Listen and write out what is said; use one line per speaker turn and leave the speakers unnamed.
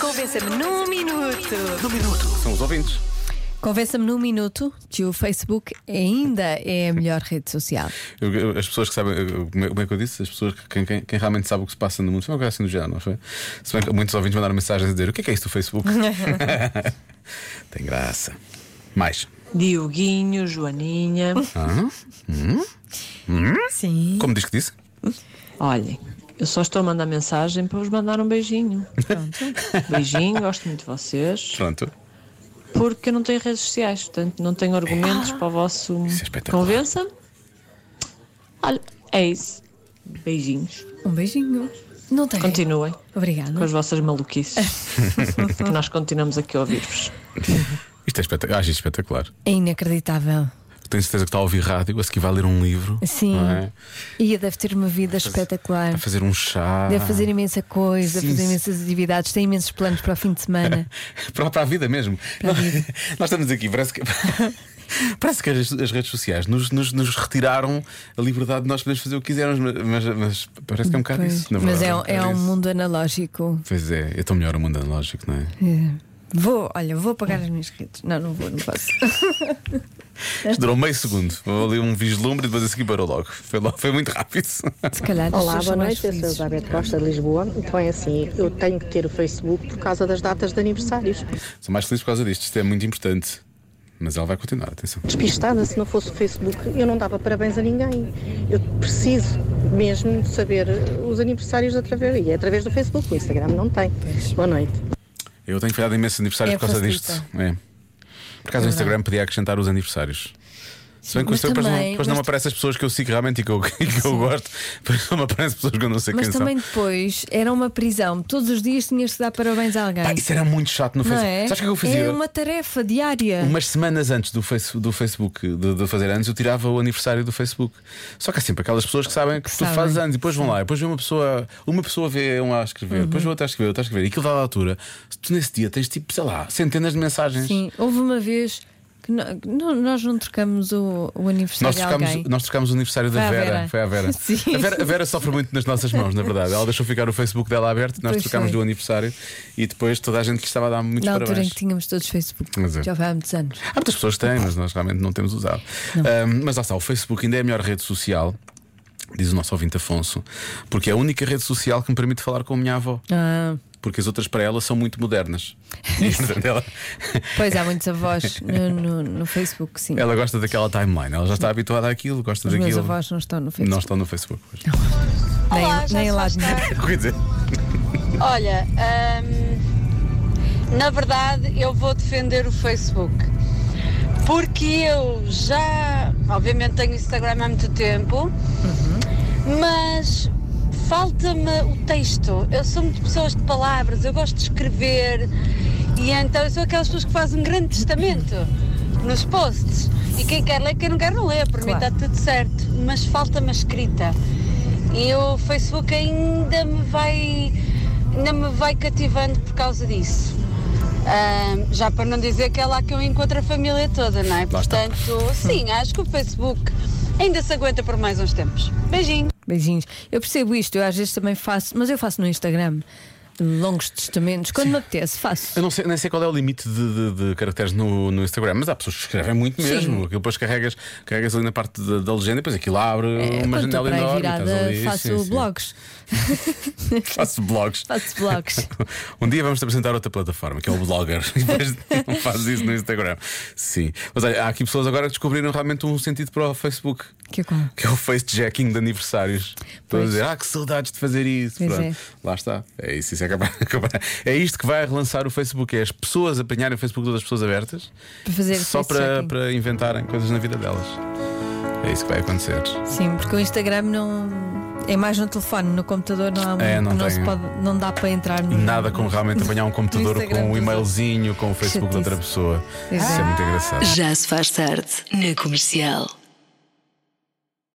Convença-me num minuto.
São os ouvintes.
Convença-me num minuto que o Facebook ainda é a melhor rede social.
Eu- eu- As pessoas que sabem, eu- como é como é que eu disse? As pessoas que quem, quem- quem realmente sabe o que se passa no mundo, foi uma coisa assim do género, não foi? Se bem que muitos ouvintes mandaram mensagens a dizer o que é que é isso do Facebook? Tem graça. Mais.
Dioguinho, Joaninha.
Sim.
Como diz que disse?
Olhem, eu só estou a mandar mensagem para vos mandar um beijinho. Beijinho, gosto muito de vocês.
Pronto.
Porque eu não tenho redes sociais, portanto não tenho argumentos para o vosso.
Isso é espetacular.
Convença-me. Olha, é isso. Beijinhos.
Um beijinho. Não tem.
Continuem
Obrigada.
com as vossas maluquices. É que nós continuamos aqui a ouvir-vos.
Isto é espetacular. Acho isto espetacular.
É inacreditável.
Tenho certeza que está a ouvir rádio, a seguir vai ler um livro.
Sim.
não é?
E deve ter uma vida espetacular.
A fazer um chá.
Deve fazer imensa coisa,
Sim, É, um
fazer
sim.
imensas atividades, tem imensos planos para o fim de semana.
para, para a vida mesmo. Nós, nós estamos aqui, parece que. Parece que as, as redes sociais nos, nos- nos retiraram a liberdade de nós podermos fazer o que quisermos, mas, mas parece que é um bocado
Pois.
isso, na
Mas
verdade.
é, um-
bocado
é um
isso.
mundo analógico.
Pois é, é tão melhor o mundo analógico, não é?
É. Vou, olha, vou apagar as minhas redes. Não, não vou, não posso. É.
Isto durou meio segundo. Houve ali um vislumbre e depois a seguir parou logo. Foi, logo- foi muito rápido.
Se calhar as pessoas
Olá, boa
são mais
noite. Eu sou
felizes.
Elizabeth Costa de Lisboa. Então é assim, eu tenho que ter o Facebook por causa das datas de aniversários.
Sou mais feliz por causa disto, isto é muito importante. Mas ela vai continuar, atenção.
Despistada, se não fosse o Facebook, eu não dava parabéns a ninguém. Eu preciso mesmo de saber os aniversários através, e é através do Facebook, o Instagram não tem. Boa noite.
Eu tenho falhado imensos aniversários
É,
por causa
facilita. É
disto. É. Por acaso o Instagram podia acrescentar os aniversários. Se bem que o
mas
Instagram depois não, é-
também-
depois não me
mas-
aparecem as pessoas que eu sigo realmente e que eu, que eu gosto, depois não me aparecem pessoas que eu não sei
Mas
quem
também
são.
depois era uma prisão. Todos os dias tinhas de dar parabéns a alguém.
Pá, isso era muito chato no
não
Facebook.
é?
Sabes o que é que eu fazia?
É uma tarefa diária.
Umas semanas antes do, face- do Facebook de, de fazer anos, eu tirava o aniversário do Facebook. Só que há sempre aquelas pessoas que sabem que, tu
sabem.
fazes anos e depois vão lá, e depois vê uma pessoa, uma pessoa vê um a escrever,
Uhum.
depois vê outra a escrever, outra a escrever, e aquilo dá à altura. Tu nesse dia tens tipo, sei lá, centenas de mensagens.
Sim, houve uma vez que no- que no- nós não trocamos o, o aniversário
Nós
de
trocámos,
alguém.
nós trocámos o aniversário da
Foi à
Vera.
Vera.
Foi à Vera.
Sim.
A Vera. a Vera sofre muito nas nossas mãos, na verdade. Ela deixou ficar o Facebook dela aberto, nós
Pois
trocámos
foi.
do aniversário e depois toda a gente lhe estava a dar muitos
Na altura
parabéns.
em que tínhamos todos Facebook,
Mas é.
já foi há muitos anos.
Há muitas pessoas que têm, mas nós realmente não temos usado. Ahm, mas lá está, o Facebook ainda é a melhor rede social. Diz o nosso ouvinte Afonso, porque é a única rede social que me permite falar com a minha avó,
Ah,
porque as outras para ela são muito modernas. E, portanto, ela,
pois há muitos avós no, no- no Facebook, sim.
ela gosta daquela timeline, ela já está habituada àquilo, gosta
Os meus
daquilo.
avós não estão no
Não
Facebook.
estão no Facebook. Pois.
Nem,
Olá, já
nem
se
lá
faz
de
tarde.
Quer dizer,
Olha, hum, na verdade eu vou defender o Facebook. Porque eu já, obviamente, tenho Instagram há muito tempo, mas falta-me o texto. Eu sou muito pessoas de palavras, eu gosto de escrever e então eu sou aquelas pessoas que fazem um grande testamento nos posts. E quem quer ler, quem não quer não lê, por mim
Claro.
está tudo certo, mas falta-me a escrita. E o Facebook ainda me vai ainda me vai cativando por causa disso. Ahm, já para não dizer que é lá que eu encontro a família toda, não é?
Lá está.
Portanto, sim, acho que o Facebook ainda se aguenta por mais uns tempos. Beijinho.
Beijinhos. Eu percebo isto, eu às vezes também faço, mas eu faço no Instagram longos testamentos. Quando me apetece, faço.
eu não sei, nem sei qual é o limite de, de- de caracteres no, no Instagram, mas há pessoas que escrevem muito
Sim.
mesmo. Aquilo depois carregas, carregas ali na parte da, da legenda e depois aquilo abre
É,
uma
Quando estou
janela
para aí
enorme.
virada,
estás ali,
faço
sim, sim.
blogs.
Faço blogs.
Faço blogs.
Um dia vamos te apresentar outra plataforma, que é o Blogger. E depois não fazes isso no Instagram. Sim. Mas olha, há aqui pessoas agora que descobriram realmente um sentido para o Facebook.
Que é qual?
Que é o facejacking de aniversários. Para
Pois.
dizer, ah, que saudades de fazer isso.
Pois
Pronto.
é.
Lá está. É isso, isso é capaz. capaz- É isto que vai relançar o Facebook: é as pessoas apanharem o Facebook das pessoas abertas
Para fazer
só para,
face-checking.
para inventarem coisas na vida delas. É isso que vai acontecer.
Sim, porque o Instagram não. É mais no telefone, no computador não há
É, não
não se
tem.
pode, não dá para entrar no.
Nada como realmente apanhar um computador
Instagram
com um
dos
e-mailzinho, com o Facebook de outra
Chatice.
pessoa.
Pois
Isso é
é.
muito engraçado.
Já se faz tarde na comercial.